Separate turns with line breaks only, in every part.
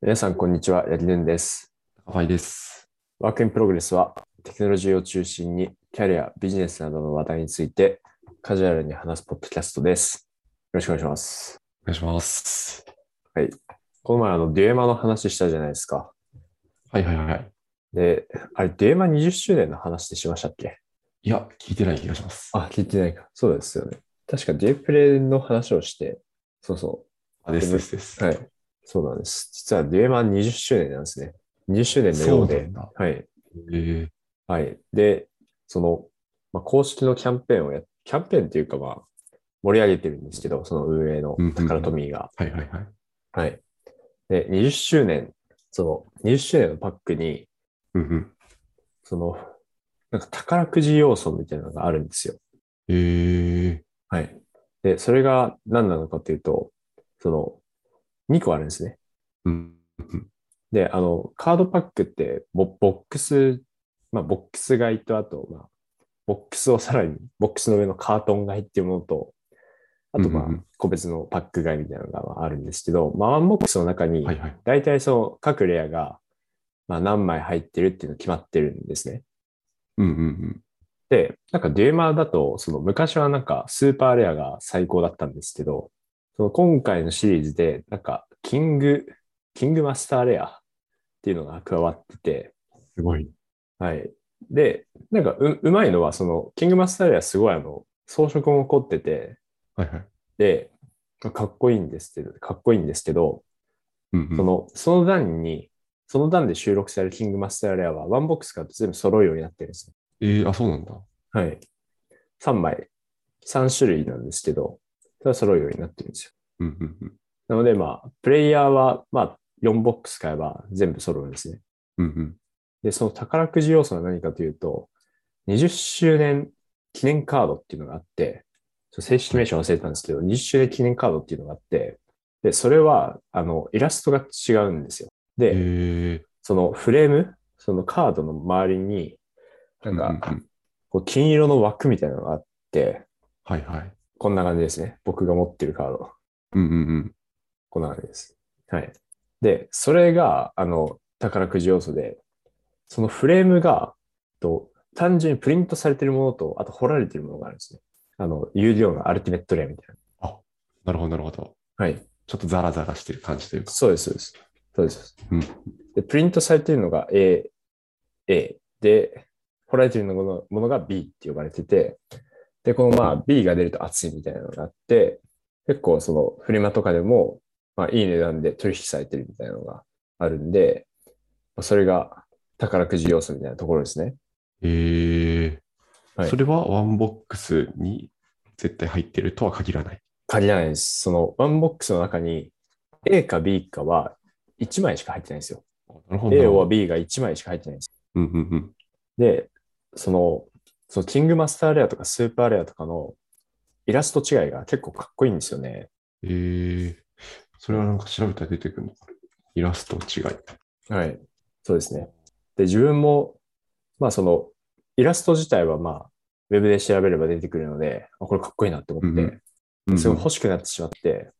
皆さん、こんにちは。やりぬんです。
高井です。
ワークインプログレスは、テクノロジーを中心に、キャリア、ビジネスなどの話題について、カジュアルに話すポッドキャストです。よろしくお願いします。
お願いします。
この前、あの、デュエマの話したじゃないですか。
はいはいはい。
で、あれ、デュエマ20周年の話ってしましたっけ
いや、聞いてない気がします。
あ、聞いてないか。そうですよね。確か、デュエプレの話をして、そうそ
あ、ですですです。
う。はい。そうなんです。実は、デュエマ20周年なんですね。20周年のよ
そううな
で
ん、だ。
はい。
え
はい。で、その、まあ、公式のキャンペーンをや、キャンペーンっていうか、まあ、盛り上げてるんですけど、その運営の
うんうんうん
タカラトミーが。
ー、はいはいはい。
はい。で、20周年、その、20周年のパックに、
うんうん。
その、なんか宝くじ要素みたいなのがあるんですよ。
えー、
はい。で、それが何なのかというと、その、2個あるんですね。
うんうん。
で、あの、カードパックってボ、ボックス、まあ、ボックス買いと、あと、まあ、ボックスをさらに、ボックスの上のカートン買いっていうものと、あと、まあ
うんうんうん、
個別のパック買いみたいなのがまああるんですけど、まあ、ワンボックスの中に
は、いはい。
大体その各レアが、まあ、何枚入ってるっていうの決まってるんですね。
うんうんうん。
で、なんかデュエマーだと、その昔はなんかスーパーレアが最高だったんですけど、その今回のシリーズで、なんかキング、キングマスターレアっていうのが加わってて、
すごい。
はい。で、なんかううまいのは、その、キングマスターレアすごいあの、装飾も凝ってて、
はいはい。
で、かかっこいいんですけど、かっこいいんですけど、
うんうん。
その、その段に、その段で収録されるキングマスターレアは、ワンボックスから全部揃うようになってるんです
えー、あ、そうなんだ。
よ。はい。3枚、3種類なんですけど、それは揃うようになってるんですよ。
うんうんうん。
なので、まあ、プレイヤーは、まあ、4ボックス買えば全部揃うんですね。
うんうん。
で、その宝くじ要素は何かというと、20周年記念カードっていうのがあって、ちょっと正式名称忘れたんですけど、20周年記念カードっていうのがあって、で、それは、あの、イラストが違うんですよ。で、
えー、
そのフレーム、そのカードの周りに、なん
うんうんう
か、
ん
こう金色の枠みたいなのがあって、
はいはい。
こんな感じですね。僕が持ってるカード。
うんうんうん。
こんな感じです。はい。で、それが、あの、宝くじ要素で、そのフレームが、と単純にプリントされてるものと、あと彫られてるものがあるんですね。あの、有料のアルティメットレアみたい
なるほどなるほど。
な。はい。
ちょっとザラザラしてる感じというか。
そうです、そうです。そうです。
うん
で、プリントされてるのが A、A で、彫られてるものものが B って呼ばれてて、で、このまあ B が出ると熱いみたいなのがあって、結構そのフリマとかでも、まあいい値段で取引されてるみたいなのがあるんで、まあそれが宝くじ要素みたいなところですね。
えー、
はい
それはワンボックスに絶対入ってるとは限らない。
限らないです。そのワンボックスの中に A か B かは1枚しか入ってないんですよ。
あなるほど。
A は B が1枚しか入ってないんです。
うんうんうん。
で、その、そのキングマスターレアとかスーパーレアとかのイラスト違いが結構かっこいいんですよね。
えー、それはなんか調べたら出てくるのかなイラスト違い。
はい。そうですね。で、自分も、まあその、イラスト自体はまあ、ウェブで調べれば出てくるので、あこれかっこいいなって思
う
っ
んうん
て、
うん
すごい欲しくなってしまって、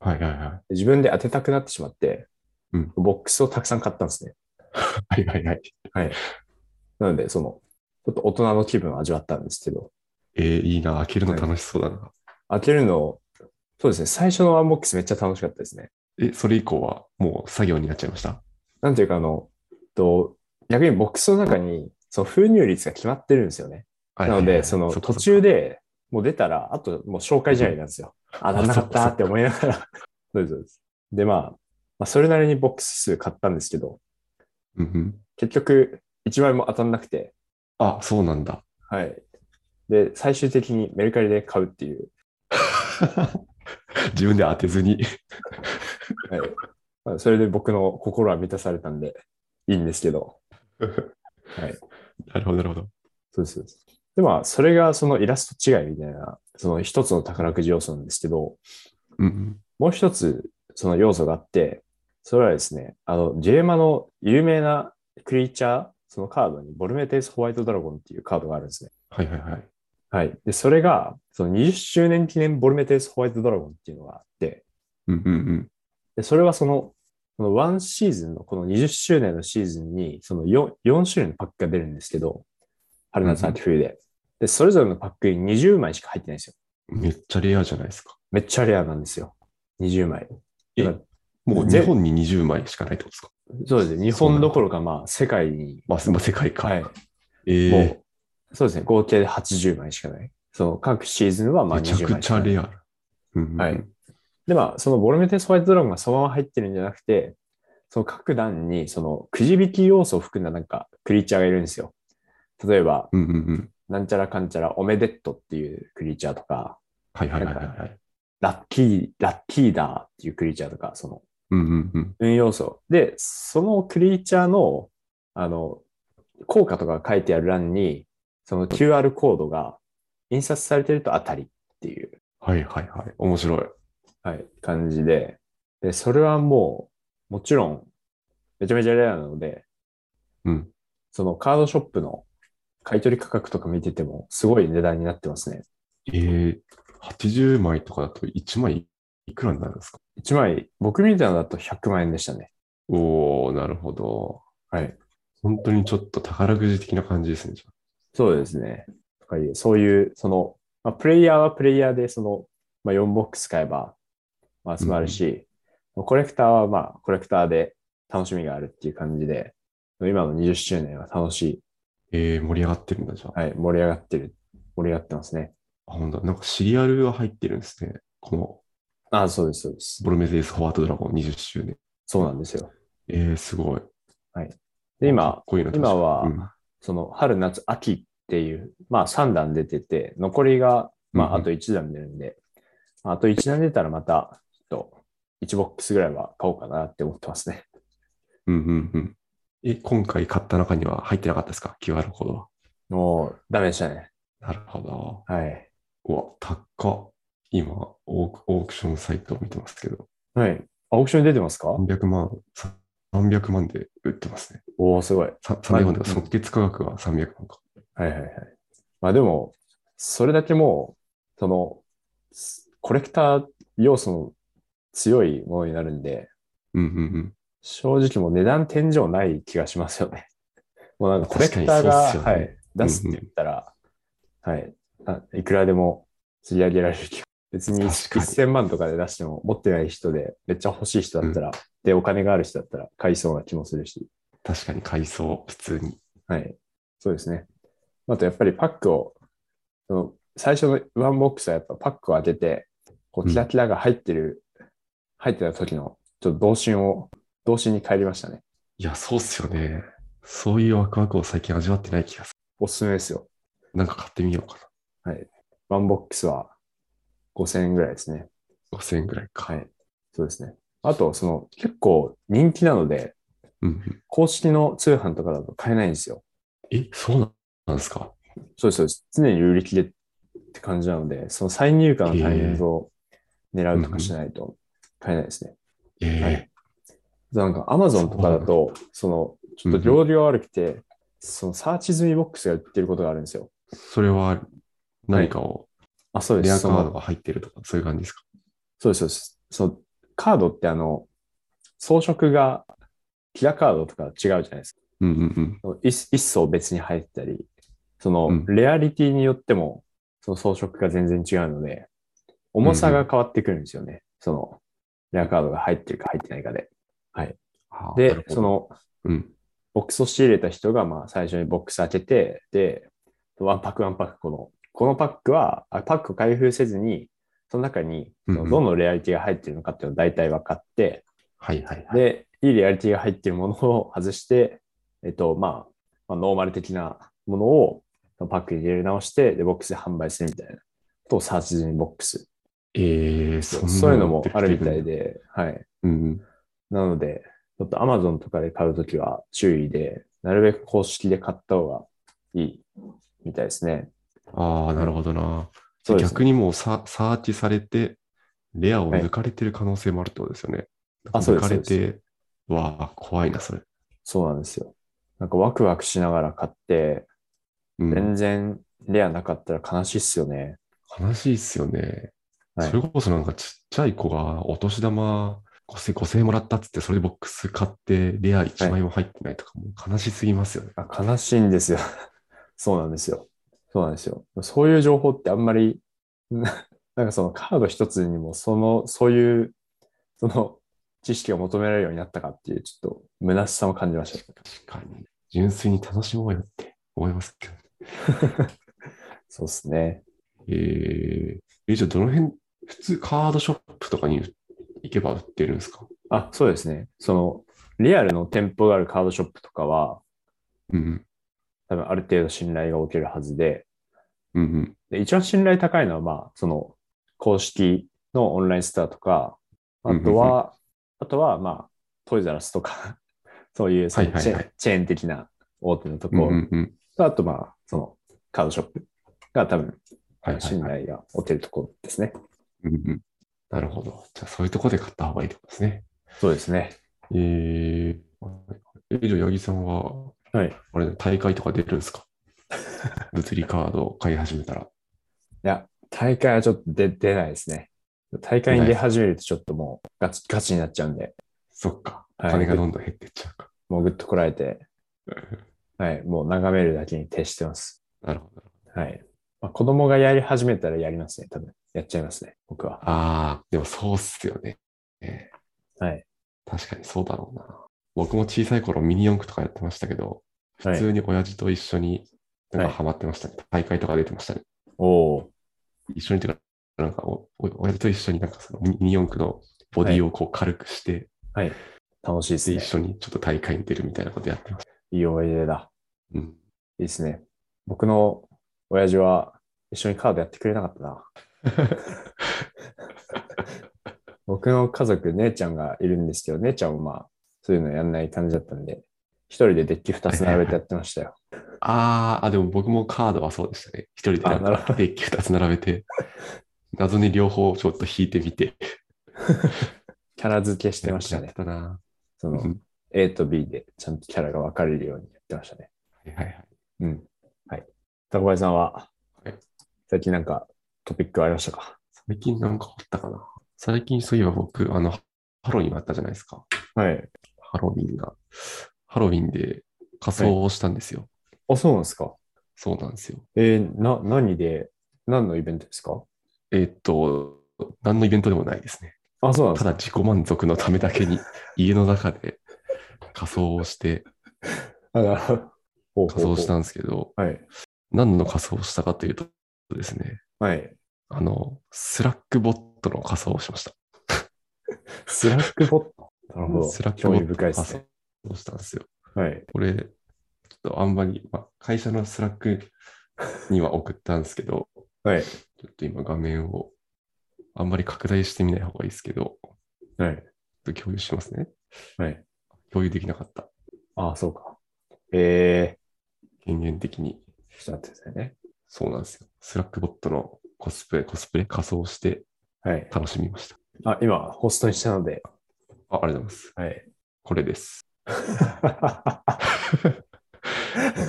はいはいは
自分で当てたくなってしまって
うん、
ボックスをたくさん買ったんですね。
い。はいはいはい。
なので、その、ちょっと大人の気分を味わったんですけど、
えー、いいな。開けるの楽しそうだな。
開けるの、そうですね、最初のワンボックスめっちゃ楽しかったですね。
え、それ以降はもう作業になっちゃいました。
なんていうか、あの、と逆にボックスの中に、その封入率が決まってるんですよね。
は
ない
はいはい
ので、その
っか
途
っか
中でもう出たら、あともう紹介試合なんです よ。あ、なんなかったって思いながら。 そうです、そうです。で、まあ、まあ、それなりにボックス数買ったんですけど、
うんうん。
結局、1枚も当たんなくて、
あ、そうなんだ。
はい。で、最終的にメルカリで買うっていう、
自分で当てずに。
はい。まあ、それで僕の心は満たされたんで、いいんですけど、はい。
なるほど、なるほど。
そうです。そうですで、まあ、それがそのイラスト違いみたいな、その一つの宝くじ要素なんですけど、
うんうん。
もう一つその要素があって、それはですね、あの、ジェーマの有名なクリーチャー、そのカードにボルメテス・ホワイト・ドラゴンっていうカードがあるんですね。
はいはいはい。
はい。で、それが、その20周年記念ボルメテス・ホワイト・ドラゴンっていうのがあって、
うんうんうん。
で、それはその、この1シーズンのこの20周年のシーズンに、その 4, 4種類のパックが出るんですけど、春夏秋冬で。で、それぞれのパックに20枚しか入ってないんですよ。
めっちゃレアじゃないですか。
めっちゃレアなんですよ。20枚。
え
だから
もう日本に20枚しかないってことですか。
そうですね。日本どころか、まあ、世界に、
まあす、まあ、世界か。
はい。
ええ
もう、そうですね。合計で80枚しかない。そう、各シーズンはまあ
めちゃ
20
く
枚し
ち
か
ゃ
ない。
レア。うん
はい。で、まあ、そのボルメテスホワイトドラゴンがそのまま入ってるんじゃなくて、その各段にそのくじ引き要素を含んだなんかクリーチャーがいるんですよ。例えば、
うんうんうん。
なんちゃらかんちゃらおめでっとっていうクリーチャーとか、
はいはいはいはいはい。
ラッキー、ラッキーダーっていうクリーチャーとか、その
うんうんうん。
運要素。で、そのクリーチャーの、あの、効果とかが書いてある欄に、その QR コードが印刷されてると当たりっていう、
はいはいはい。面白い。
はい、感じで、で、それはもう、もちろん、めちゃめちゃレアなので、
うん。
そのカードショップの買い取り価格とか見てても、すごい値段になってますね。
ええ80枚とかだと1枚いくらになるんですか
1枚、僕みたいなのだと100万円でしたね。
おおなるほど。
はい。
本当にちょっと宝くじ的な感じですね。じゃあ
そうですね。とかいう、そういう、その、まあ、プレイヤーはプレイヤーで、その、まあ、4ボックス買えば、まあ、集まるし、コレクターは、まあ、コレクターで楽しみがあるっていう感じで、今の20周年は楽しい、
ええ盛り上がってるんだ、じゃあ。
はい、盛り上がってる、盛り上がってますね。
あ、ほんとだ。なんかシリアルが入ってるんですね。この
あそうです、そうです。
ボルメデス・ホワイトドラゴン20周年。
そうなんですよ。
ええすごい。
で、
か
今
っ、こいいな
今は
確か
その、春、夏、秋っていう、まあ、3段出てて、残りが、ま
うん
あ、
うん
あと1段出るんで、あと1段出たらまた、ちょっと、1ボックスぐらいは買おうかなって思ってます ね。
にうん。うんうんうん。え、今回買った中には入ってなかったですか ?QR コードは。
もう、ダメでしたね。
なるほど。
はい。
うわ、高っ。今オーク、オークションサイトを見てますけど、
はい。あオークションに出てますか、
300万、さ300万で売ってますね。
おおすごい。
さ300万
まあ
で、即決価格は300万か。
はいはいはい。まあでも、それだけもう、その、すコレクター要素の強いものになるんで、
うんうんうん。
正直もう値段天井ない気がしますよね。 もうなんかコレクターが、
確かにそうっすよね
はい、出すって言ったら、はいあ、いくらでも釣り上げられる気が。別に
確かに
1000万とかで出しても持ってない人で、めっちゃ欲しい人だったら、で、お金がある人だったら買いそうな気もするし。
確かに買いそう、普通に。
はい。そうですね。あとやっぱりパックを、その最初のワンボックスはやっぱパックを当てて、こう
うん
キラキラが入ってる、入ってた時の、ちょっと童心を、童心に帰りましたね。
いや、そうっすよね。そういうワクワクを最近味わってない気がす
おすすめですよ。
る。なんか買ってみようか
ワンボックスは5000円ぐらいですね。
な。5000円ぐらいか。
はい。そうですね。あと、その結構人気なので、
うんうん。
公式の通販とかだと買えないんですよ。
え、そうなんですか
そうです、そうです。常に売り切れって感じなので、その再入荷のタイミングを狙うとかしないと買えないですね。
え
は
え
なんか Amazon とかだと、その、ちょっと料理が悪くて、そのサーチ済みボックスが売ってることがあるんですよ。
それは何かを、
あ、そうで
レ
す。
ア
そ
カード
の
が入ってるとか、そういう感じですか
そうです、そうです。そのカードってあの、装飾が、キラカードとか違うじゃないですか。
うんうんうん。
一一層別に入ってたり、その、
うん
レアリティによっても、その装飾が全然違うので、重さが変わってくるんですよね。その、レアカードが入ってるか入ってないかで。
あーな
で
る、ほど
その、
うん。
ボックスを仕入れた人が、まあ、最初にボックス開けて、で、ワンパックワンパック、この、このパックは、あパックを開封せずに、その中に、
う
そ
んうん
のどのレアリティが入ってるのかっていうのを大体分かって、
はいはいはい。
で、いいレアリティが入ってるものを外して、えっと、まあ、まあ、ノーマル的なものをそのパックに入れ直して、で、ボックスで販売するみたいなことをサーチ済みボックス。
ええ
そ
ん
う
な
そういうのも
出て
あ
く
るみ
ん
た
だ
い。で、はい。
うんうん。
なので、ちょっと Amazon とかで買うときは注意で、なるべく公式で買った方がいいみたいですね。
ああ、なるほどな。
そうですね
逆にもうササーチされて、レアを
はい
抜かれてる可能性もあるってことですよね。
あそうで
抜
す
かれて、わあ、怖いな、それ。
そうなんですよ。なんかワクワクしながら買って、
うん、
全然レアなかったら悲しいっすよね。
悲しいっすよね。
はい
それこそなんかちっちゃい子がお年玉5000 5000円もらったっつって、それでボックス買って、レア1枚も入ってないとか、もう悲しすぎますよね。
あ悲しいんですよ。 そうなんですよ。そうなんですよ。そういう情報ってあんまり、 ななんかそのカード一つにも、その、そういう、その知識を求められるようになったかっていう、ちょっと虚しさを感じました。
確かに。純粋に楽しもうよって思いますけど。
そうですね。
えー、え、じゃあどの辺、普通カードショップとかに行けば売ってるんですか
あ、そうですね。その、リアルの店舗があるカードショップとかは、
うん
多分ある程度信頼がおけるはずで、
うん。うんうん。
で一番信頼高いのは、まあ、その、公式のオンラインスターとか、あと
うん
は、あとは、まあ、トイザラスとか、 そういうその
はいはい
チェ,、
はい
チェーン的な大手のとこ
うん
ろ、
うんうん。
とあと、まあ、その、カードショップが多分、
はいはい、
信
はい。
頼がおけるところですね。
うんうん。なるほど。じゃあそういうとこで買った方がいいってことですね。
そうですね。
えー、え、じゃあ八木さんは、
はい。
あれ、大会とか出るんですか 物理カードを買い始めたら。
いや、大会はちょっと出出ないですね。大会に出始めるとちょっともうガチガチになっちゃうんで、
そっか。
はい
金がどんどん減ってっちゃうか。
もうぐっとこらえて、はい、もう眺めるだけに徹してます。
なるほど。
はい。まあ、子供がやり始めたらやりますね、多分。やっちゃいますね、僕は。
ああ、でもそうっすよね。え
はい。
ー確かにそうだろうな。僕も小さい頃ミニ四駆とかやってましたけど、
は
普
い、
通に親父と一緒になんか
はい
ハマってましたね。大会とか出てましたね。
おお
一緒にというか、なんかおお親父と一緒になんかそのミニ四駆のボディをこう軽くして、
ー、楽しいで
です一
ね。
緒にちょっと大会に出るみたいなことやってました。
いい思い出だ。
うん。
いいですね。僕の親父は一緒にカードやってくれなかった な。僕の家族、姉ちゃんがいるんですけど、姉ちゃんもまあ、そういうのやんない感じだったんで、一人でデッキ二つ並べてやってましたよ。
あーあ、でも僕もカードはそうでしたね。一人でなん
あなるほ
か
ど
デッキ2つ並 べて、謎に両方ちょっと引いてみて。
キャラ付けしてました
や
ね
っ。たな。
そ
うん
の A と B でちゃんとキャラが分かれるようにやってましたね。
はいはいはい。
うん。はい。高林さんは、
はい
最近なんかトピックありましたか
最近なんかあったかな。最近そういえば僕、あの、ハロウィンあったじゃないですか。
はい。
ハロウィンが。ハロウィンで仮装をしたんですよ。
あ、そうなんですか。
そうなんですよ。
えーな、何で、何のイベントですか
えーっと、何のイベントでもないですね。
あ、そうなんです
た
か。
だ自己満足のためだけに 家の中で仮装をして
あなるほどほう
仮
ほうほ
装
う
したんですけど、
はい。
何の仮装をしたかというとですね、
はい。
あの、スラックボットの仮装をしました。
スラックボッ ト。なるほど。
スラック
興
ボ
味
ット
深いで
の仮
す
装
ね。
をしたんですよ。
はい。
これ、ちょっとあんまり、まあ、会社のスラック には送ったんですけど、
はい。
ちょっと今画面をあんまり拡大してみない方がいいですけど、
はい。
ちょっと共有しますね。
はい。
共有できなかった。
あ、そうか。え
権限的に。
ー、ちょっと待ってくださいね。
そうなんですよ。スラックボットのコスプレ、コスプレ仮装をして
はい。
楽しみました。
あ、今、ホストにしたので。
あありがとうございます。
はい。
これです。まだ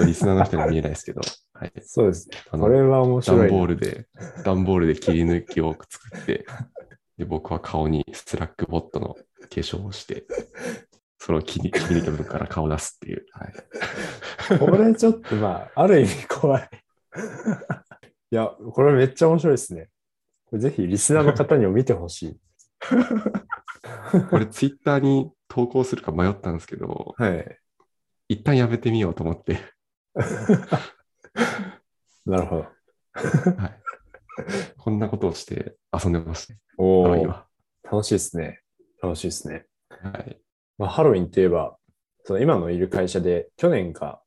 リスナーの人には見えないですけど、はい。
そうですね。
あ
これ
の、
は面白
段
いな。
ボールで、段ボールで切り抜きを作 って、で、僕は顔にスラックボットの化粧をして、その切 り切り抜き部分から顔を出すっていう。はい。
これちょっとまあ、ある意味怖い。いや、これめっちゃ面白いですね。これぜひリスナーの方にも見てほしい。
これツイッターに投稿するか迷ったんですけど、
はい。
一旦やめてみようと思って、
なるほど。
はい。こんなことをして遊んでました。ハロウィン
お
は。
お、楽しいですね。楽しいですね。
はい。
まあ、ハロウィンといえば、その今のいる会社で、去年か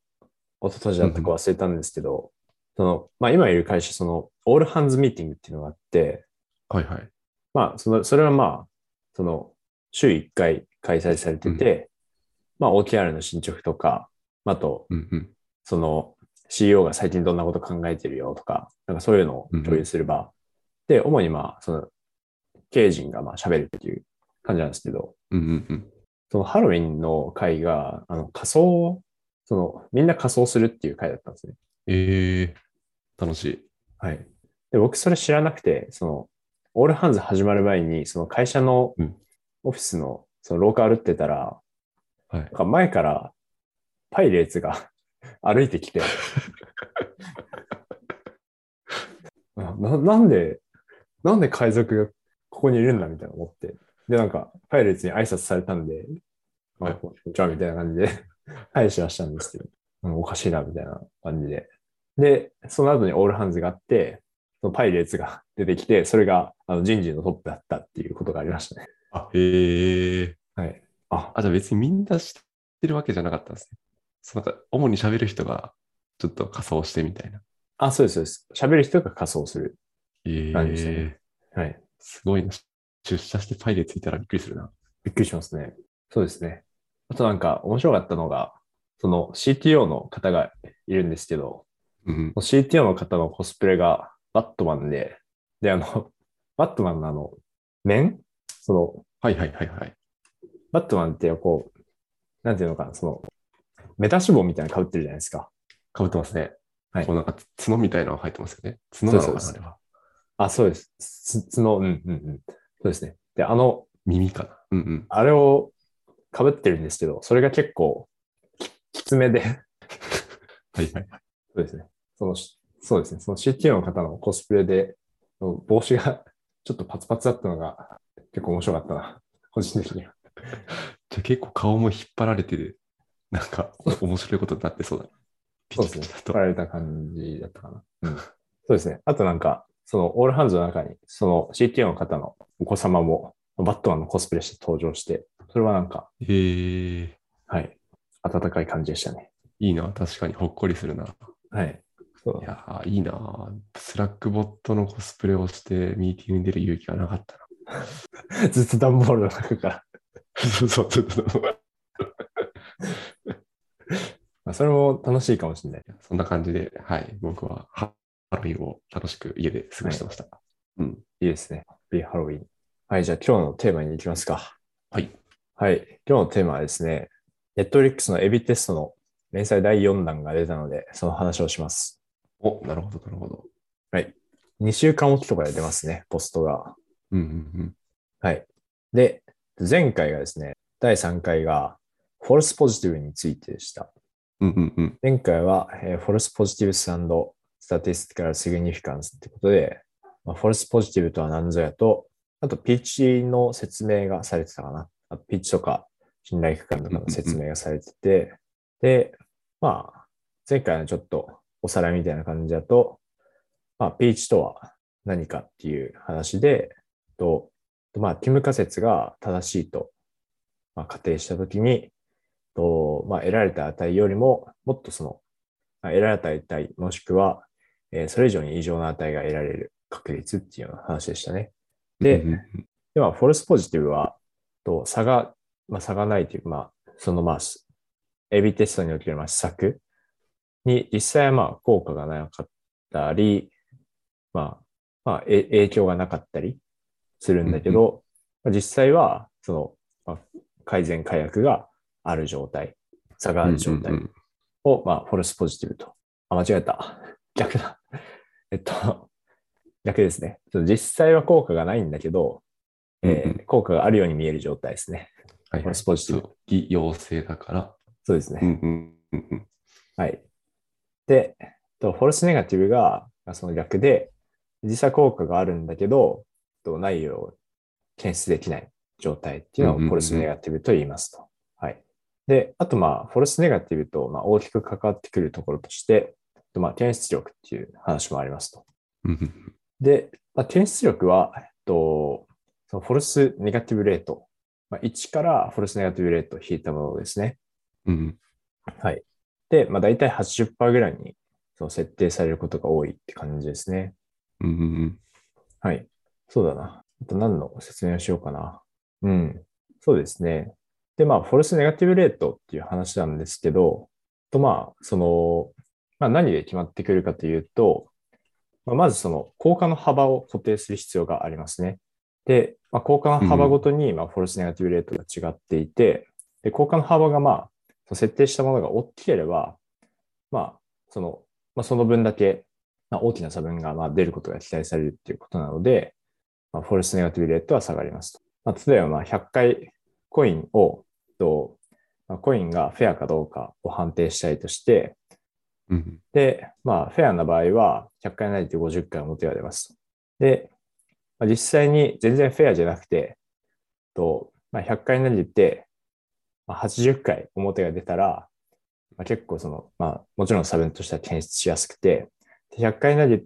一昨年だったか忘れたんですけど、そのまあ、今いる会社、そのオールハンズミーティングっていうのがあって、
はいはい。
まあ、そのそれはまあ、その週1回開催されてて、まあ、OKR の進捗とか、あと、
うんうん。
その CEO が最近どんなこと考えてるよとか、なんかそういうのを共有する場。で、主にまあ、その経営陣がまあ喋るっていう感じなんですけど、
うんうんうん。
そのハロウィンの会が、あの仮装、そのみんな仮装するっていう会だったんですね。
えー、楽しい。
はい。で、僕それ知らなくて、その、オールハンズ始まる前に、その会社の
うん
オフィスのその廊下歩ってたら、
はい
なんか前からパイレーツが 歩いて きて、なななんで、なんで海賊がここにいるんだみたいな思って。で、なんか、パイレーツに挨拶されたんで、
はい
あこんにちはみたいな感じで、 はい、しはしたんですけど、うんおかしいな、みたいな感じで。で、その後にオールハンズがあって、そのパイレーツが 出てきて、それがあの人事のトップだったっていうことがありましたね。
あ、へえ。
はい。あ、
あ、じゃあ別にみんな知ってるわけじゃなかったんですね。そうなんか、主に喋る人がちょっと仮装してみたいな。
あ、そうです、そうです。喋る人が仮装する。
え
感じでしたね
え。
はい。
すごいな。出社してパイレーツいたらびっくりするな。
びっくりしますね。そうですね。あとなんか面白かったのが、その CTO の方がいるんですけど、
うん。
CTO の方のコスプレがバットマンで、で、あの、 バットマンのあの、面その、
はいはいはいはい。
バットマンってこう、なんていうのかな、その、メタ脂肪みたいなの被ってるじゃないですか。
かぶってますね。
はい
こうなんか角みたいなのが入ってますよね。角なのかな
そう
あ
で
れは。
あ、そうです。つ、つの、うん、うん、うん。そうですね。で、あの、
耳かな。うんうん。
あれを被ってるんですけど、それが結構、ききつめで、
はいはい。
そうですね。その、しそうですね。その CTO の方のコスプレで、その帽子が ちょっとパツパツだったのが結構面白かったな。個人的には。
じゃあ結構顔も引っ張られてる。な んか面白いことになってそうだ。ピ
そう
チ
です
ピ
ね
チだ。と
取。られた感じだったかな。うん。そうですね。あとなんか、そのオールハンズの中に、その CTO の方のお子様も、バットマンのコスプレして登場して、それはなんか、
へえ。
はい。温かい感じでしたね。
いいな。確かにほっこりするな。
はい。そう
いやー、いいなー。スラックボットのコスプレをしてミーティングに出る勇気がなかったな。
ずっと段ボールの中から。
そうそうそうそう。
まあ、それも楽しいかもしれない。
そんな感じで、はい、僕はハハロウィンを楽しく家で過ごしてました。うん。
いいですね。ハッピーハロウィン。はい、じゃあ今日のテーマに行きますか。
はい。
はい、今日のテーマはですね、Netflix のエビテストの連載第4弾が出たので、その話をします。
お、なるほど、なるほど。
2週間おきとかで出ますね、ポストが。
うんうん
はい。で、前回がですね、第3回が、フォルスポジティブについてでした。
うん。うんうんうん。
前回は、えー、False Positives and Statistical Significance ってことで、まあ、False Positive とは何ぞやと、あと、ピーチの説明がされてたかな。あピーチとか、信頼区間とかの説明がされてて、で、まあ、前回のちょっとおさらいみたいな感じだと、まあ、ピーチとは何かっていう話で、と、まあ、ティム仮説が正しいと、まあ、仮定したときに、と、まあ、得られた値よりも、もっとその、まあ得られた値、もしくは、えーそれ以上に異常な値が得られる確率っていうような話でしたね。で
うんうんうん
では、フォルスポジティブは、と差が、まあ、差がないというか、まあ、その、まあ、す AB テストにおけるまあ施策に実際はまあ効果がなかったり、まあ、まあ、え影響がなかったりするんだけど、まあ実際は、その、まあ、改善改悪がある状態、差がある状態
うんうんうん
を、まあ、フォルスポジティブと。あ、間違えた。 逆だ。えっと、逆ですね。その実際は効果がないんだけど、えー
うんう
効果があるように見える状態ですね。
はい
フォル
はい。
スポジテ
そ
ィブ。
う、偽陽性だから。
そうですね。
うんうんうんうん。
はい。で、えっとフォルスネガティブがまあその逆で、実際効果があるんだけど、えっとないよう検出できない状態っていうのを
うんうん
フ
うん
ォルスネガティブと言いますと。はい。で、あとまあ、フォルスネガティブとまあ大きく関わってくるところとして、えっとまあ、検出力っていう話もありますと。
うんうんうん
で、まあ、検出力は、えっと、そのフォルスネガティブレート、まあ、1からフォルスネガティブレートを引いたものですね。
うんうん。
はい。で、まあ、大体80%ぐらいにその設定されることが多いって感じですね。
うんうんうん。
はい。そうだな。あと何の説明をしようかな。うん。そうですね。で、まあ、フォルスネガティブレートっていう話なんですけど、とまあ、その、まあ、何で決まってくるかというと、まあ、まずその効果の幅を固定する必要がありますね。で、まあ、効果の幅ごとに、まあ、フォルスネガティブレートが違っていて、で、効果の幅がまあ、その設定したものが大きければ、まあ、その、まあ、その分だけ、まあ、大きな差分がまあ出ることが期待されるっていうことなので、まあ、フォルスネガティブレートは下がりますと。まあ、例えばまあ100回コインを、とまあコインがフェアかどうかを判定したいとして、
うん。
で、まあ、フェアな場合は、100回投げて50回表が出ますと。で、まあ、実際に全然フェアじゃなくて、とまあ、100回投げて、まあ、80回表が出たら、まあ、結構その、まあ、もちろん差分としては検出しやすくて、で100回投げ、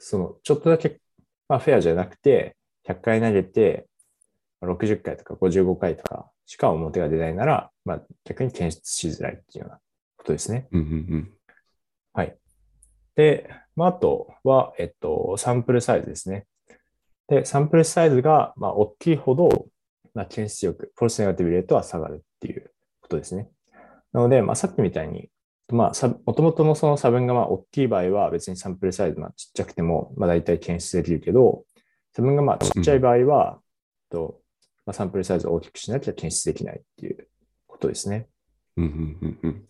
その、ちょっとだけ、まあ、フェアじゃなくて、100回投げて、まあ60回とか55回とかしか表が出ないなら、まあ、逆に検出しづらいっていうようなことですね。
うんうん
で、まあ、あとは、えっと、サンプルサイズですね。で、サンプルサイズが、まあ、大きいほど、まあ、検出力、フォルスネガティブレートは下がるっていうことですね。なので、まあ、さっきみたいに、まあ、もともとのその差分がまあ大きい場合は別にサンプルサイズまあちっちゃくても、まあ、大体検出できるけど、差分がまあちっちゃい場合は、とまあ、サンプルサイズを大きくしなきゃ検出できないっていうことですね。
うん。うんうんうんうん。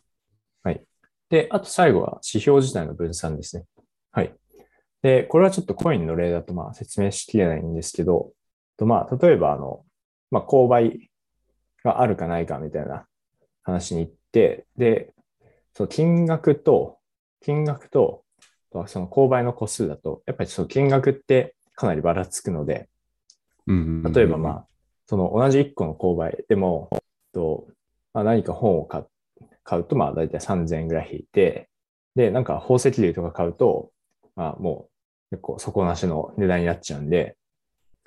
で、あと最後は指標自体の分散ですね。はい。で、これはちょっとコインの例だとまあ説明しきれないんですけど、とまあ、例えばあの、まあ、購買があるかないかみたいな話に行って、で、その金額と、金額と、とその購買の個数だと、やっぱりその金額ってかなりばらつくので、
うんうんうん
例えばまあ、その同じ1個の購買でも、とまあ、何か本を買っ買うと、まあ大体3000円ぐらい引いて、で、なんか宝石類とか買うと、まあもう結構底なしの値段になっちゃうんで、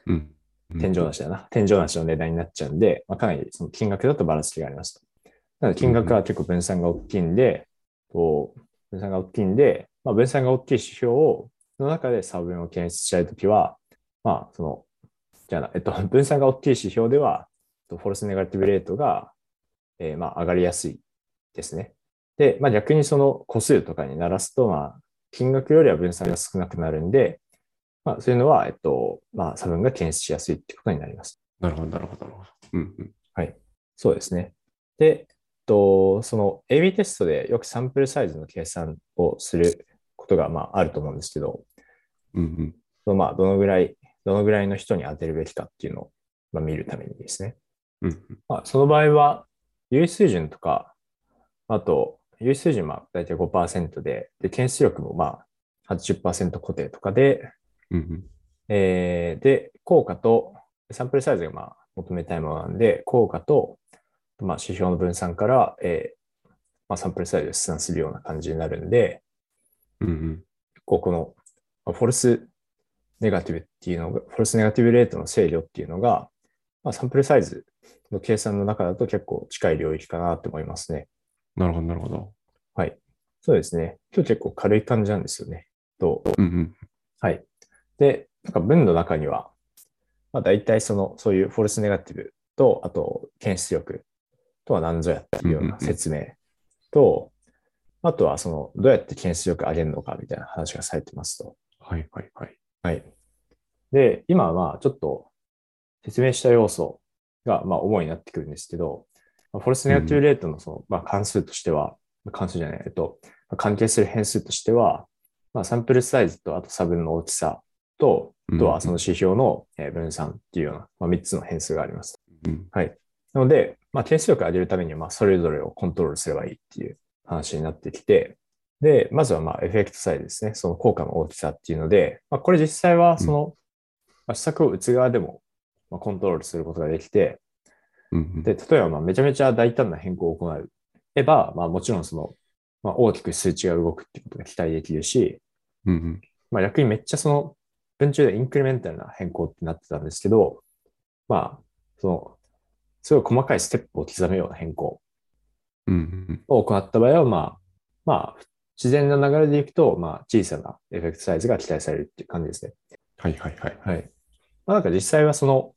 うん、うん
天井なしだな。天井なしの値段になっちゃうんで、まあ、かなりその金額だとばらつきがありますと。なので金額は結構分散が大きいんで、こう分散が大きいんで、まあ、分散が大きい指標を、の中で差分を検出したいときは、まあ、その、じゃあな、えっと、 分散が大きい指標では、えっとフォルスネガティブレートが、えーまあ、上がりやすいですね。で、まあ、逆にその個数とかにならすと、まあ、金額よりは分散が少なくなるんで、まあ、そういうのは、えっと、まあ、差分が検出しやすいってことになります。
なるほど、なるほど、なるほど。うんうん
そうですね。で、えっと、その AB テストでよくサンプルサイズの計算をすることが、まあ、あると思うんですけど、
うんうん。
そのまあ、どのぐらい、どのぐらいの人に当てるべきかっていうのを、まあ、見るためにですね。
うんうん
まあ、その場合は、有意水準とか、あと、有意水準は大体5%で、で、検出力もまあ80%固定とかで、
うんうん
えーで、効果と、サンプルサイズがまあ求めたいものなんで、効果と、まあ、指標の分散から、えーまあ、サンプルサイズを試算するような感じになるんで、
うんうん
こうこのまあフォルスネガティブっていうのが、フォルスネガティブレートの制御っていうのが、まあ、サンプルサイズの計算の中だと結構近い領域かなと思いますね。
なるほど、なるほど。
はい。そうですね。今日結構軽い感じなんですよね。と
うんうん
はい。で、なんか文の中には、まあ、大体その、そういうフォルスネガティブと、あと、検出力とは何ぞやっていうような説明と、あとはその、どうやって検出力上げるのかみたいな話がされてますと。
はいはいはい。
はい。で、今はちょっと説明した要素が、まあ、主になってくるんですけど、まあフォルスネガティブレートのその、まあ、関数としては、関数じゃない、えっと、まあ関係する変数としては、まあ、サンプルサイズと、あと差分の大きさと、あとはその指標のえー分散っていうような、まあ、3つの変数があります。
うん
なので、まあ、検出力を上げるためには、まあ、それぞれをコントロールすればいいっていう話になってきて、で、まずは、まあ、エフェクトサイズですね。その効果の大きさっていうので、まあ、これ実際は、その、まあ、施策を打つ側でも、まあ、コントロールすることができて、
うんうん
で、例えば、まあ、めちゃめちゃ大胆な変更を行えば、まあ、もちろん、その、まあ、大きく数値が動くっていうことが期待できるし、
うんうん
まあ、逆にめっちゃその文中でインクリメンタルな変更ってなってたんですけど、まあ、その、すごい細かいステップを刻むような変更
うんうん
を行った場合は、まあ、まあ、自然な流れでいくと、まあ、小さなエフェクトサイズが期待されるっていう感じですね。
はいはいはい。
はい。まあ、なんか実際はその、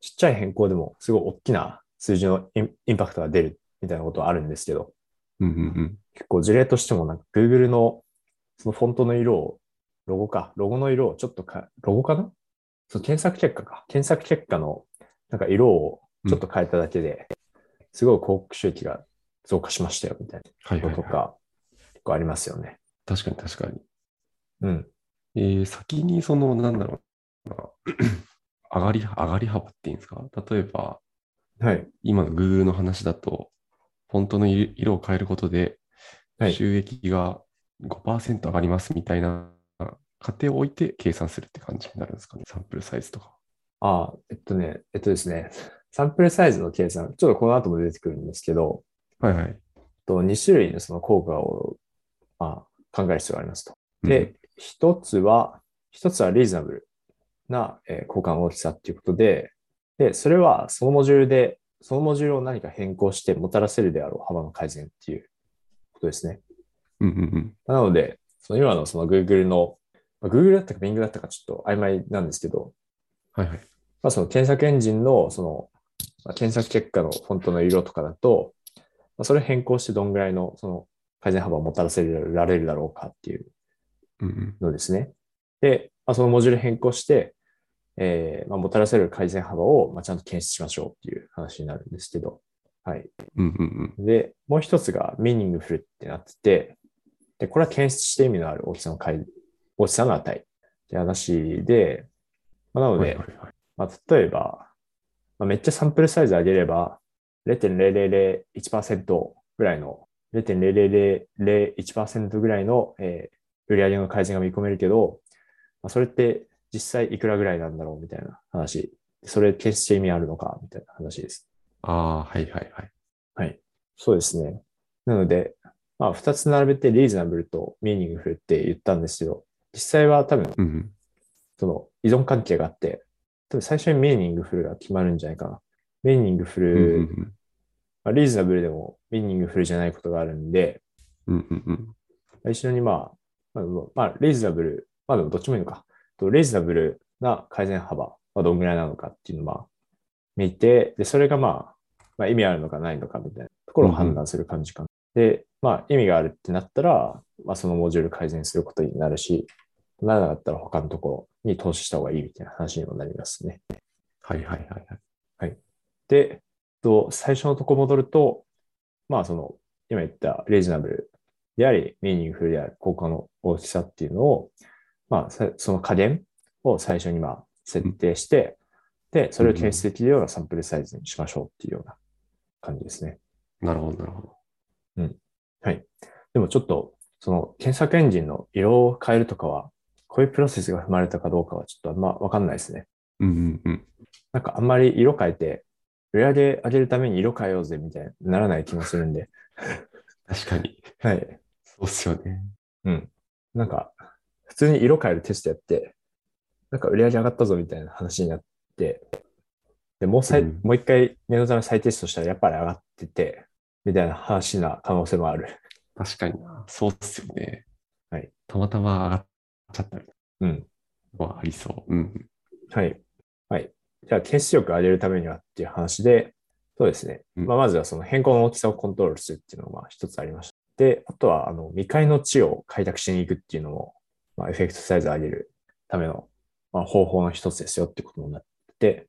ちっちゃい変更でも、すごい大きな数字のインインパクトが出るみたいなことはあるんですけど、
うんうん
結構事例としても、なんか Google のそのフォントの色を、ロゴか、ロゴの色をちょっとか、ロゴかなその検索結果か。検索結果のなんか色をちょっと変えただけで、すごい広告収益が増加しましたよ、みたい
はい
な
はい
ことと
は
か、結構ありますよね。
い。確かに確かに。
うん。
えー先にそ の、なんだろうな、上がり、上がり幅っていうんですか例えば、
はい。
今の Google の話だと、フォントの色色を変えることで
はい、
収益が5%上がりますみたいな過程を置いて計算するって感じになるんですかね、サンプルサイズとか。
ああ、えっとね、えっとですね、サンプルサイズの計算、ちょっとこの後も出てくるんですけど、
はいはい。
と2種類のその効果を、まあ、考える必要がありますと。で、一つは、一つはリーズナブルな、えー効果の大きさっていうことで、で、それはそのモジュールで、そのモジュールを何か変更してもたらせるであろう幅の改善っていうことですね。
うん、うんうんうん。
なので、その今のその Google の、まあ Google だったか Bing だったかちょっと曖昧なんですけど、
はいはい。
まあ、その検索エンジンのそのまあ検索結果のフォントの色とかだと、まあ、それ変更してどんぐらいのその改善幅をもたらせられるだろうかっていう
うんうん、
のですね。で、まあ、そのモジュール変更して、えーまあ、もたらせる改善幅を、まあ、ちゃんと検出しましょうっていう話になるんですけど、はい。
うんうんうん。
で、もう一つがミーニングフルってなってて、で、これは検出して意味のある大きさの改、大きさの値って話で、まあ、なの
はい
で
は、いはい。
まあ、例えば、まあ、めっちゃサンプルサイズ上げれば、0.0001%ぐらいの、0.0001%ぐらいの、えー売上の改善が見込めるけど、まあ、それって実際いくらぐらいなんだろうみたいな話。それ決して意味あるのかみたいな話です。
ああ、はいはいはい。
はい。そうですね。なので、まあ、二つ並べてリーズナブルとミーニングフルって言ったんですけど、実際は多分
うんうん、
その依存関係があって、多分最初にミーニングフルが決まるんじゃないかな。ミーニングフ
うん
ル、
うん
まあ、リーズナブルでもミーニングフルじゃないことがあるんで、
うんうんうん
まあ一緒にまあ、まあ、まあリーズナブル、まあでもどっちもいいのか。とリーズナブルな改善幅はどんぐらいなのかっていうのをまあ見て、で、それがまあ、まあ意味あるのかないのかみたいなところを判断する感じかな。で、まあ意味があるってなったら、まあそのモジュール改善することになるし、ならなかったら他のところに投資した方がいいみたいな話にもなりますね。
はいはいはいはい。
で、えっと最初のとこ戻ると、まあその、今言ったリーズナブルであり、ミーニングフルである効果の大きさっていうのを、まあさその加減を最初にまあ設定して、で、それを検出できるようなサンプルサイズにしましょうっていうような感じですね。
なるほどなるほど。
はい。でもちょっと、その検索エンジンの色を変えるとかは、こういうプロセスが踏まれたかどうかはちょっとあんまわかんないですね。
うんうんうん。
なんかあんまり色変えて、売り上げ上げるために色変えようぜみたいにならない気もするんで。
確かに。
はい。
そうっすよね。
うん。なんか、普通に色変えるテストやって、なんか売り上げ上がったぞみたいな話になって、で、もう再、
うん
もう一回念のため再テストしたらやっぱり上がってて、みたいな話な可能性もある。
確かにな。そうっすよね。
はい。
たまたま上がっちゃったり
うん。
はありそう。うん。
はい。はい。じゃあ、検出力を上げるためにはっていう話で、そうですね。
うん
まあ、まずはその変更の大きさをコントロールするっていうのがまあ一つありました。で、あとは、あの、未開の地を開拓しに行くっていうのも、まあ、エフェクトサイズを上げるための、まあ、方法の一つですよってことになってて、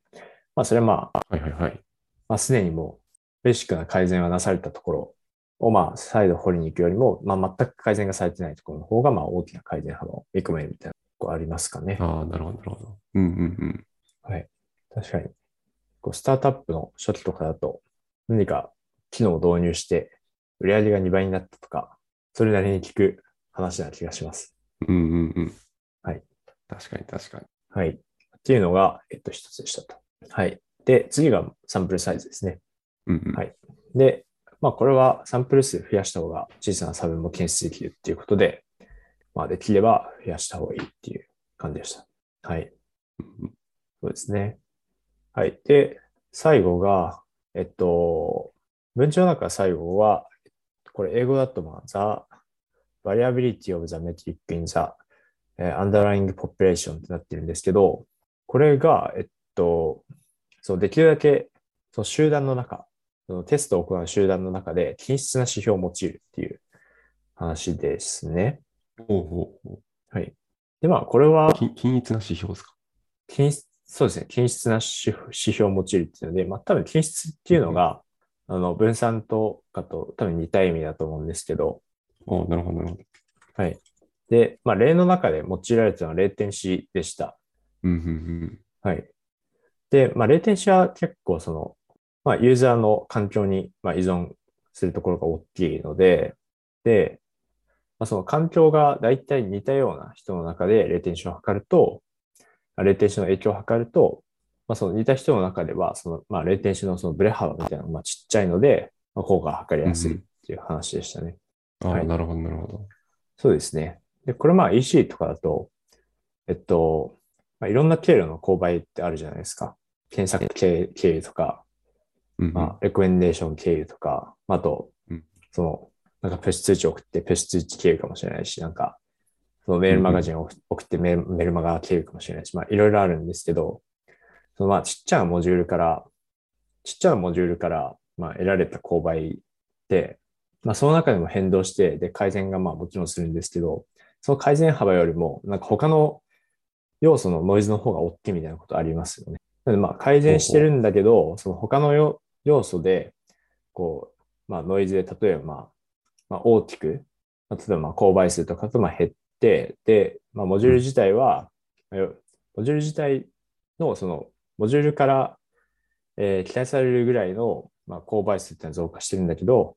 まあ、それはまあ、
はいはいはい。
まあ、すでにもう、ベーシックな改善はなされたところを、まあ、再度掘りに行くよりも、まあ、全く改善がされてないところの方が、まあ、大きな改善幅を見込めるみたいなとこありますかね。
ああ、なるほどなるほど。うんうん
確かに。こうスタートアップの初期とかだと、何か機能を導入して、売り上げが2倍になったとか、それなりに聞く話な気がします。
うん。うんうんうん。
はい。
確かに確かに。
はい。っていうのが、えっと、一つでしたと。はい。で、次がサンプルサイズですね。
うんうん。
はいで、まあ、これはサンプル数増やした方が小さな差分も検出できるっていうことで、まあ、できれば増やした方がいいっていう感じでした。はい。
うん
そうですね。はい。で、最後が、えっと、文章の中最後は、これ英語だと、まあ、the variability of the metric in the えー underlying population ってなってるんですけど、これが、えっと、そうできるだけその集団の中、そのテストを行う集団の中で均質な指標を用いるっていう話ですね。
ほうほうほ
はい。で、まあ、これは
う。、均均一な指標ですか
均質、そうですね、均質な指標指標を用いるっていうので、まあ多分均質っていうのが、あの、分散とかと多分似た意味だと思うんですけど、
おなるほどなるほど。
で、まあ例の中で用いられたのは0.4でした。
うんうんうん。
はい。で、まあ0.4は結構その、まあ、ユーザーの環境に、まあ、依存するところが大きいので、で、まあ、その環境が大体似たような人の中でレテンションを測ると、あレテンションの影響を測ると、まあ、その似た人の中では、その、まあ、レテンションのそのブレ幅みたいなのがまあちっちゃいので、まあ、効果が測りやすいっていう話でしたね。
ああ、
はい
なるほど、なるほど。
そうですね。で、これまあ EC とかだと、えっと、まあ、いろんな経路の購買ってあるじゃないですか。検索経経由とか、
うん、
まあ、レコメンデーション経由とか、まああと
うん、
その、なんかプッシュ通知送ってプッシュ通知経由かもしれないし、なんか、そのメールマガジンを送ってメールメールマガ経由かもしれないし、まあ、いろいろあるんですけど、そのまあ、ちっちゃなモジュールから、ちっちゃなモジュールから、まあ、得られた購買で、まあ、その中でも変動して、で、改善がまあ、もちろんするんですけど、その改善幅よりも、なんか他の要素のノイズの方が大きいみたいなことありますよね。なのでまあ改善してるんだけど、その他のよ要素で、こう、まあノイズで例えば、まあ、まあ、大きく、まあ例えばまあ購買数とかとまあ減って、で、まあモジュール自体は、よモジュール自体のそのモジュールから、えー期待されるぐらいの、まあ、購買数っていうのは増加してるんだけど、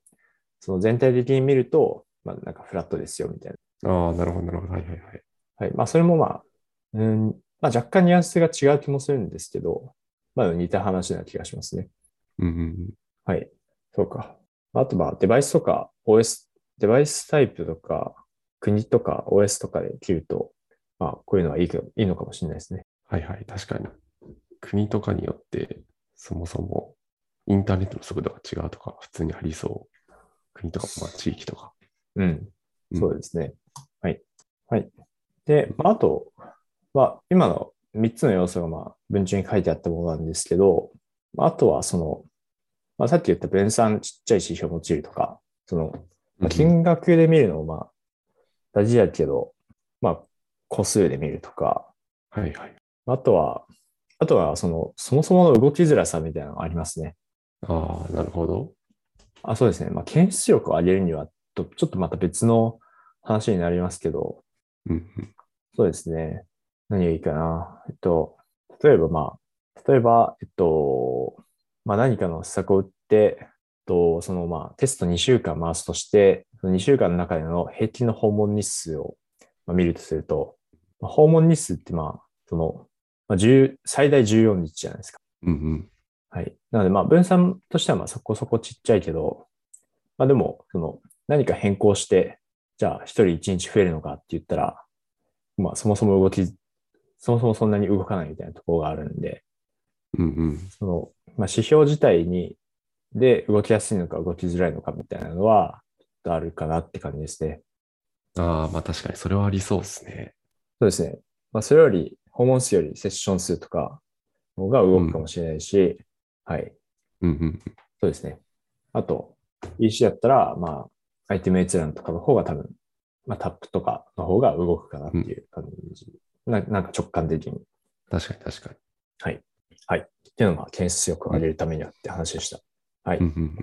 その全体的に見ると、まあなんかフラットですよみたいな。
ああ、なるほど、なるほど。はいはいはい。
はい。まあ、それもまあ、うん、まあ、若干ニュアンスが違う気もするんですけど、まあ、似た話な気がしますね。
うんうんうん、
はい。そうか。あと、まあ、デバイスとか OS、デバイスタイプとか、国とか OS とかで切ると、まあ、こういうのはいいけどいいのかもしれないですね。
はいはい、確かに。国とかによって、そもそもインターネットの速度が違うとか、普通にありそう。国とか、まあ、地域とか。
うん。
うん
そうですね。はい。はい。で、まあ、あとは、今の3つの要素が、まあ、文中に書いてあったものなんですけど、まあ、あとは、その、まあ、さっき言った分散ちっちゃい指標を用いるとか、その、まあ
うん
金額で見るのも、まあ、大事だけど、まあ、個数で見るとか、
はいはい。
あとは、あとは、その、そもそもの動きづらさみたいなのがありますね。
ああ、なるほど。
あ、そうですね。まあ、検出力を上げるにはと、ちょっとまた別の話になりますけど、
うんうん、
そうですね。何がいいかな。えっと、例えばまあ、例えば、えっと、まあ何かの施策を打って、えっと、そのまあテスト2週間回すとして、その2週間の中での平均の訪問日数をまあ見るとすると、まあ訪問日数ってまあ、その、まあ、10最大14日じゃないですか。
うんうん。
はい。なので、まあ、分散としては、まあ、そこそこちっちゃいけど、まあ、でも、その、何か変更して、じゃあ、一人一日増えるのかって言ったら、まあ、そもそも動き、そもそもそんなに動かないみたいなところがあるんで、
うんうん。
その、まあ、指標自体に、で、動きやすいのか動きづらいのかみたいなのは、ちょっとあるかなって感じですね。
ああ、まあ確かにそれはありそうですね。
そうですね。まあ、それより、訪問数よりセッション数とか、のが動くかもしれないし、はい。
うんうん。
そうですね。あと、EC だったら、まあ、アイテム閲覧とかの方が多分、まあ、タップとかの方が動くかなっていう感じ。ななんか直感的に。っ
確かに確かに。
ていうのが検出力を上げるためにはって話でした。
うんうんうん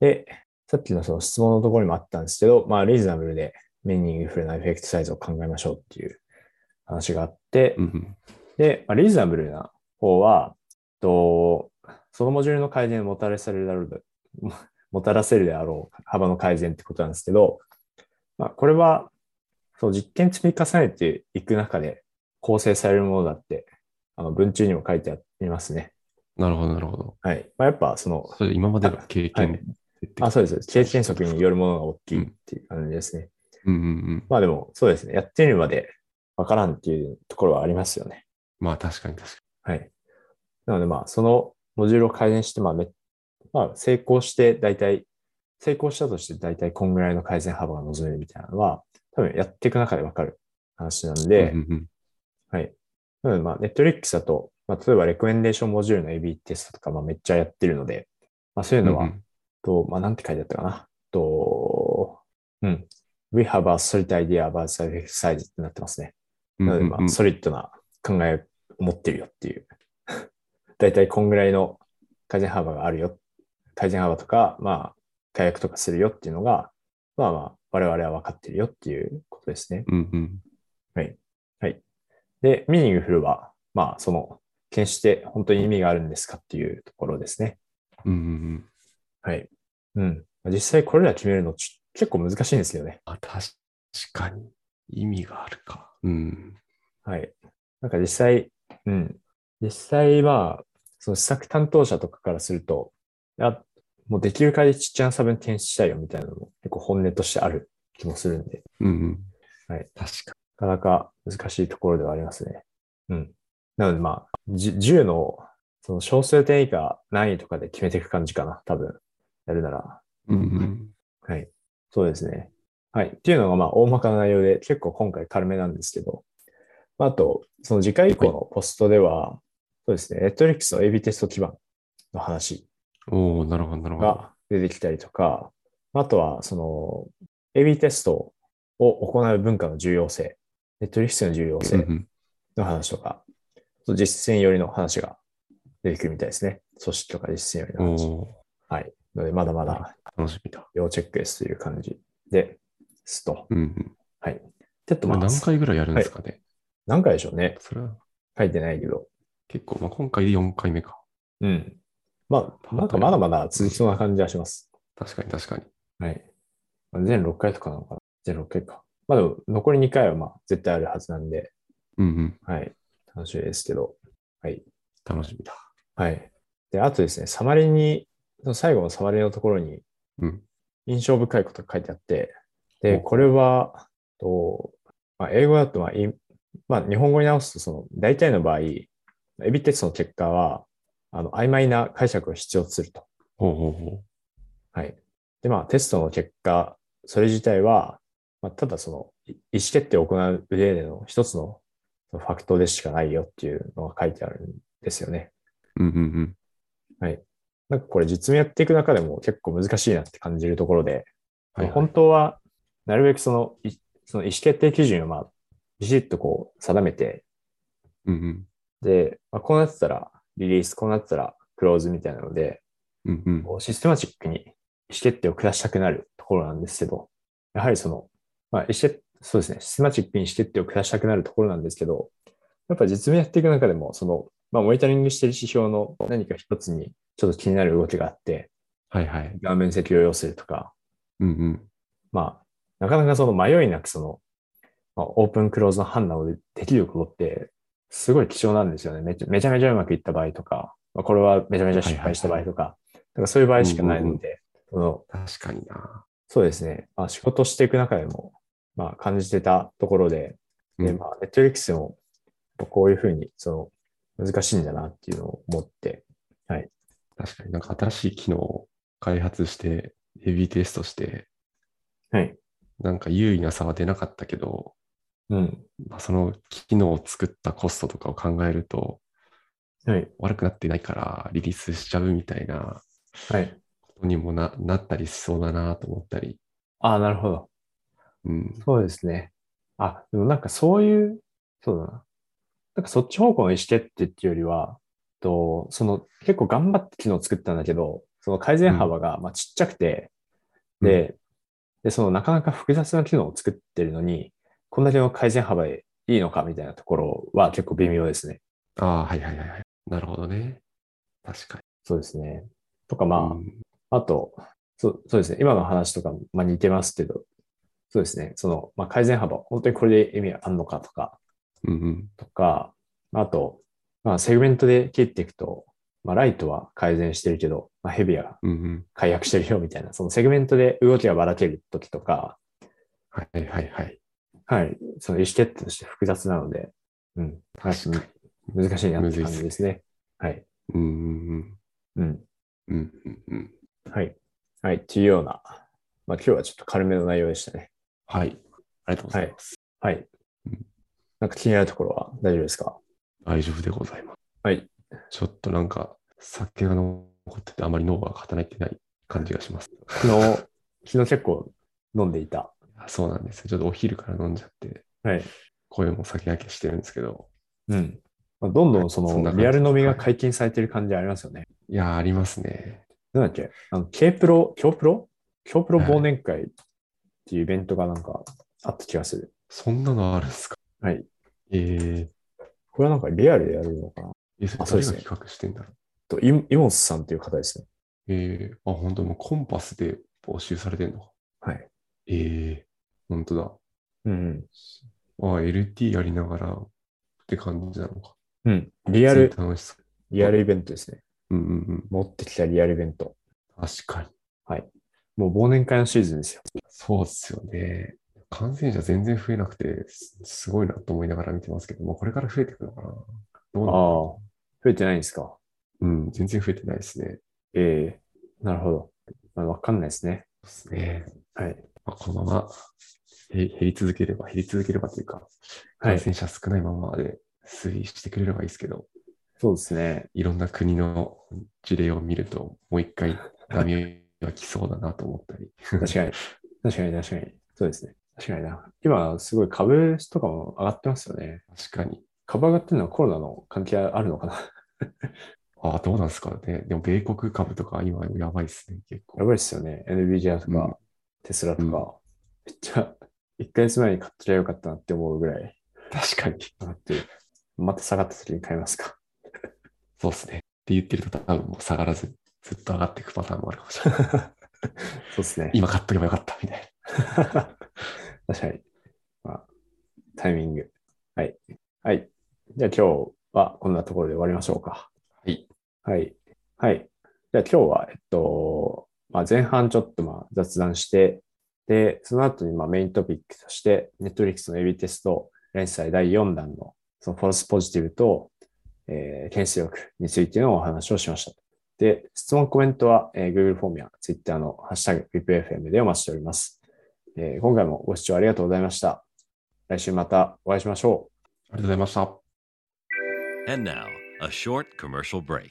で、さっきのその質問のところにもあったんですけど、まあ、リーズナブルでメニングフルなエフェクトサイズを考えましょうっていう話があって、
うんうん。
で、まあ、リーズナブルな方は、とそのモジュールの改善をもたらされる だろう、もたらせるであろう幅の改善ってことなんですけど、まあ、これは、そう、実験積み重ねていく中で構成されるものだって、あの、文中にも書いてありますね。
なるほど、なるほど。
はい。まあ、やっぱ、その、
それ今までの経験、
はいあ、そうです。そうです経験則によるものが大きいっていう感じですね。
うんうんうん。
まあでも、そうですね。やってみるまでわからんっていうところはありますよね。
まあ確かに確か
はい。なので、まあ、そのモジュールを改善して、まあめ、まあ、成功して、大体、成功したとして、大体こんぐらいの改善幅が望めるみたいなのは、多分やっていく中でわかる話なん
に。
で、
うんうんうん
はい。なので、まあ、ネットリックスだと、まあ、例えば、レコメンデーションモジュールの AB テストとか、まあ、めっちゃやってるので、まあ、そういうのは、
うんうん
と、まあ、なんて書いてあったかな。と、うん。We have a solid idea about the effect size ってなってますね。なので、ま
うんう
あ、
ん
ソリッドな考えを持ってるよっていう。 大体こんぐらいの改善幅があるよ。改善幅とか、まあ、解約とかするよっていうのが、まあまあ、我々は分かってるよっていうことですね。
うんうん。
はい。で、ミーニングフルは、まあ、その、決して本当に意味があるんですかっていうところですね。
うんうんうん。
はい。うん。実際これら決めるのちょ結構難しいんですよね。
あ、確かに。意味があるか。うん。
はい。なんか実際、うん。実際は、その施策担当者とかからすると、いや、もうできる限りちっちゃな差分転出したいよみたいなのも結構本音としてある気もするんで、
うんうん。
はい。
確か
なかなか難しいところではありますね。うん。なのでまあ、じ10の、その小数点以下何位とかで決めていく感じかな、多分。やるなら。
に。うんうん。
はい。そうですね。はい。っていうのが、まあ、大まかな内容で、結構今回軽めなんですけど、まああと、その次回以降のポストでは、そうですね、ネットリックスの AB テスト基盤の話
おおなるほど、なるほど。
が出てきたりとか、あとは、その、AB テストを行う文化の重要性、ネットリックスの重要
うんう
性
ん
の話とか、そう実践寄りの話が出てくるみたいですね。組織とか実践寄りの
お
話。
お
はい。ので、まだまだ
楽しみだ。
要チェックですという感じですと。
うんうん。
ちょっと
こ
ま
れ
あ、
何回ぐらいやるんですかね。
何回でしょうね。
それは
書いてないけど。
結構、まあ、今回で4回目か。
うん。まあ、なんかまだまだ続きそうな感じはします。
確かに、確かに。
はい。全6回とかなのかな全6回か。まあでも、残り2回はまあ、絶対あるはずなんで、
うんうん。
はい。楽しみですけど。はい。
楽しみだ。
はい。で、あとですね、サマリに、その最後のサマリのところに、
うん
印象深いことが書いてあって、
ほ
で、
う
これは、とまあ、英語だと、まあいまあ、日本語に直すと、その、大体の場合、エビテストの結果は、あの、曖昧な解釈を必要とすると。
ほうほうほ
はい。で、まあ、テストの結果、それ自体は、まあ、ただその、い意思決定を行う上での一つのそのファクトでしかないよっていうのが書いてあるんですよね。
う。うんうん
なんかこれ実務やっていく中でも結構難しいなって感じるところで、
うん。はい、は
本
い。
当はなるべくそのいその意思決定基準をまあビシッとこう定めて、
うんうん。
で、まあ、こうなってたらリリース、こうなってたらクローズみたいなので、
うんうん。
こうシステマチックに意思決定を下したくなるところなんですけど、やはりその、まあ、意思決そうですね、システマチックに意思決定を下したくなるところなんですけど、やっぱ実務やっていく中でも、その、まあ、モニタリングしている指標の何か一つにちょっと気になる動きがあって、
はいはい。
顔面積を要するとか、
うんうん。
まあ、なかなかその迷いなくその、まあ、オープンクローズの判断をできることって、すごい貴重なんですよね。めちゃめちゃめちゃうまくいった場合とか、まあ、これはめちゃめちゃ失敗した場合とか、だからそういう場合しかないので、その
確かにな。
そうですね。まあ、仕事していく中でも、まあ、感じてたところで、で、
うん
まあ、ネットリックスも、やっぱこういうふうに、その、難しいんだなっていうのを思って、
確かになんか新しい機能を開発して、ヘビーテストして、
はい。
なんか優位な差は出なかったけど、
うん。
まあ、その機能を作ったコストとかを考えると、
はい。
悪くなってないからリリースしちゃうみたいな
はい。
ことにもななったりしそうだなと思ったり、
ああ、なるほど。
うん、
そうですね。あ、でもなんかそういう、そうだな。なんかそっち方向の意思決定っていうよりは、とその結構頑張って機能作ったんだけど、その改善幅がまあちっちゃくて、で、で、そのなかなか複雑な機能を作ってるのに、こんだけの改善幅でいいのかみたいなところは結構微妙ですね。
ああ、はいはいはいはい。なるほどね。確かに。
そうですね。とかまあ、
うん
あと、そうそうですね、今の話とか、まあ、似てますけど、そうですね、その、まあ、改善幅、本当にこれで意味あるのかとか、
うんうん、
とか、あと、まあ、セグメントで切っていくと、まあ、ライトは改善してるけど、まあ、ヘビーは
うんうん。
解約してるよみたいな、そのセグメントで動きがばらけるときとか、
はいはいはい。
はい、その意思決定として複雑なので、うん、
確か
難しいなって感じですね。はい。
に。うんうん
うん。
うん。うんうんうん。
はい。はい。っていうような、まあ、今日はちょっと軽めの内容でしたね。
はい。ありがとうございます。
はい
うん。
なんか気になるところは大丈夫ですか
大丈夫でございます。
はい。
ちょっとなんか、酒が残ってて、あまり脳が働いてない感じがします。
昨日、昨日結構飲んでいた。
あそうなんですよ。ちょっとお昼から飲んじゃって、
はい。
声も酒焼けしてるんですけど、
うん。まあ、どんどんそ
そんな
の
感じ
リアル飲みが解禁されてる感じありますよね。
いやー、ありますね。
なんだっけあの、K プロ、京プロ京プロ
はい
忘年会っていうイベントがなんかあった気がする。
そんなのあるんですか
はい。
えー、
これはなんかリアルでやるのかな
えそれ
あそうで
誰
す
が
ね
企画してんだろう
と、イイモスさんという方ですね。
えー、あ、本当もうコンパスで募集されてんの
はい。
ええー、本当だ。
うん。
あ、LT やりながらって感じなのか。
うん。リアル、
楽しそ
リアルイベントですね。
う。うんうんうん。
持ってきたリアルイベント。
確かに。
もう忘年会のシーズンですよ。
そうっすよね。感染者全然増えなくて、すすごいなと思いながら見てますけども、これから増えてくのかなどう
ああ
なの。
増えてないんですか
うん、全然増えてないですね。そう
ええなるほど。まあわかんないですね。
ですね。
はい。
まあ、このままへ減り続ければ、減り続ければというか、
は
感
い。
染者少ないままで推移してくれればいいですけど、
そうですね。
いろんな国の事例を見ると、もう一回波が来そうだなと思ったり。
確かに。確かに、確かに。そうですね。確かにな。今、すごい株とかも上がってますよね。
確かに。
株上がってるのはコロナの関係あるのかな
ああ、どうなんですかね。でも、米国株とか今やばいですね、結
や
構。
ばいですよね。NVIDIA とか、
うん
テスラとか、
うん
めっちゃ、1ヶ月前に買っとりゃよかったなって思うぐらい
確かに。
上がってる、また下がった時に買いますか。
そうですね。って言ってると多分もう下がらず、ずっと上がっていくパターンもあるかもし れない。
そうですね。
今買っとけばよかったみたいな。
確かに。まあ、タイミング。はい。はい。じゃあ今日はこんなところで終わりましょうか。
はい。
はい。はい。じゃあ今日は、えっと、まあ、前半ちょっとまあ雑談して、で、その後にまあメイントピックとして、Netflix の AB テスト連載第4弾のそのフォルスポジティブと、えー、検出力についてのお話をしました。で、質問、コメントは、えー Google フォームや Twitter のハッシュタグ VIPFM でお待ちしております。えー今回もご視聴ありがとうございました。来週またお会いしましょう。
ありがとうございました。
And now, a short commercial break.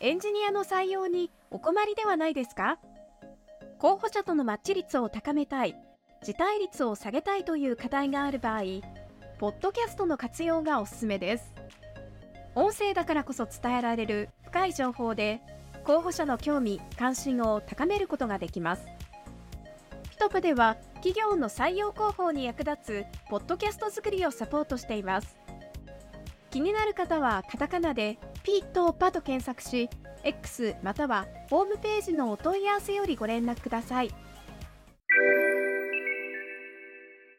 エンジニアの採用にお困りではないですか候補者とのマッチ率を高めたい、辞退率を下げたいという課題がある場合、ポッドキャストの活用がおすすめです。音声だからこそ伝えられる深い情報で、候補者の興味・関心を高めることができます。ピトプでは、企業の採用広報に役立つポッドキャスト作りをサポートしています。気になる方はカタカナでピートパと検索し、X またはホームページのお問い合わせよりご連絡ください。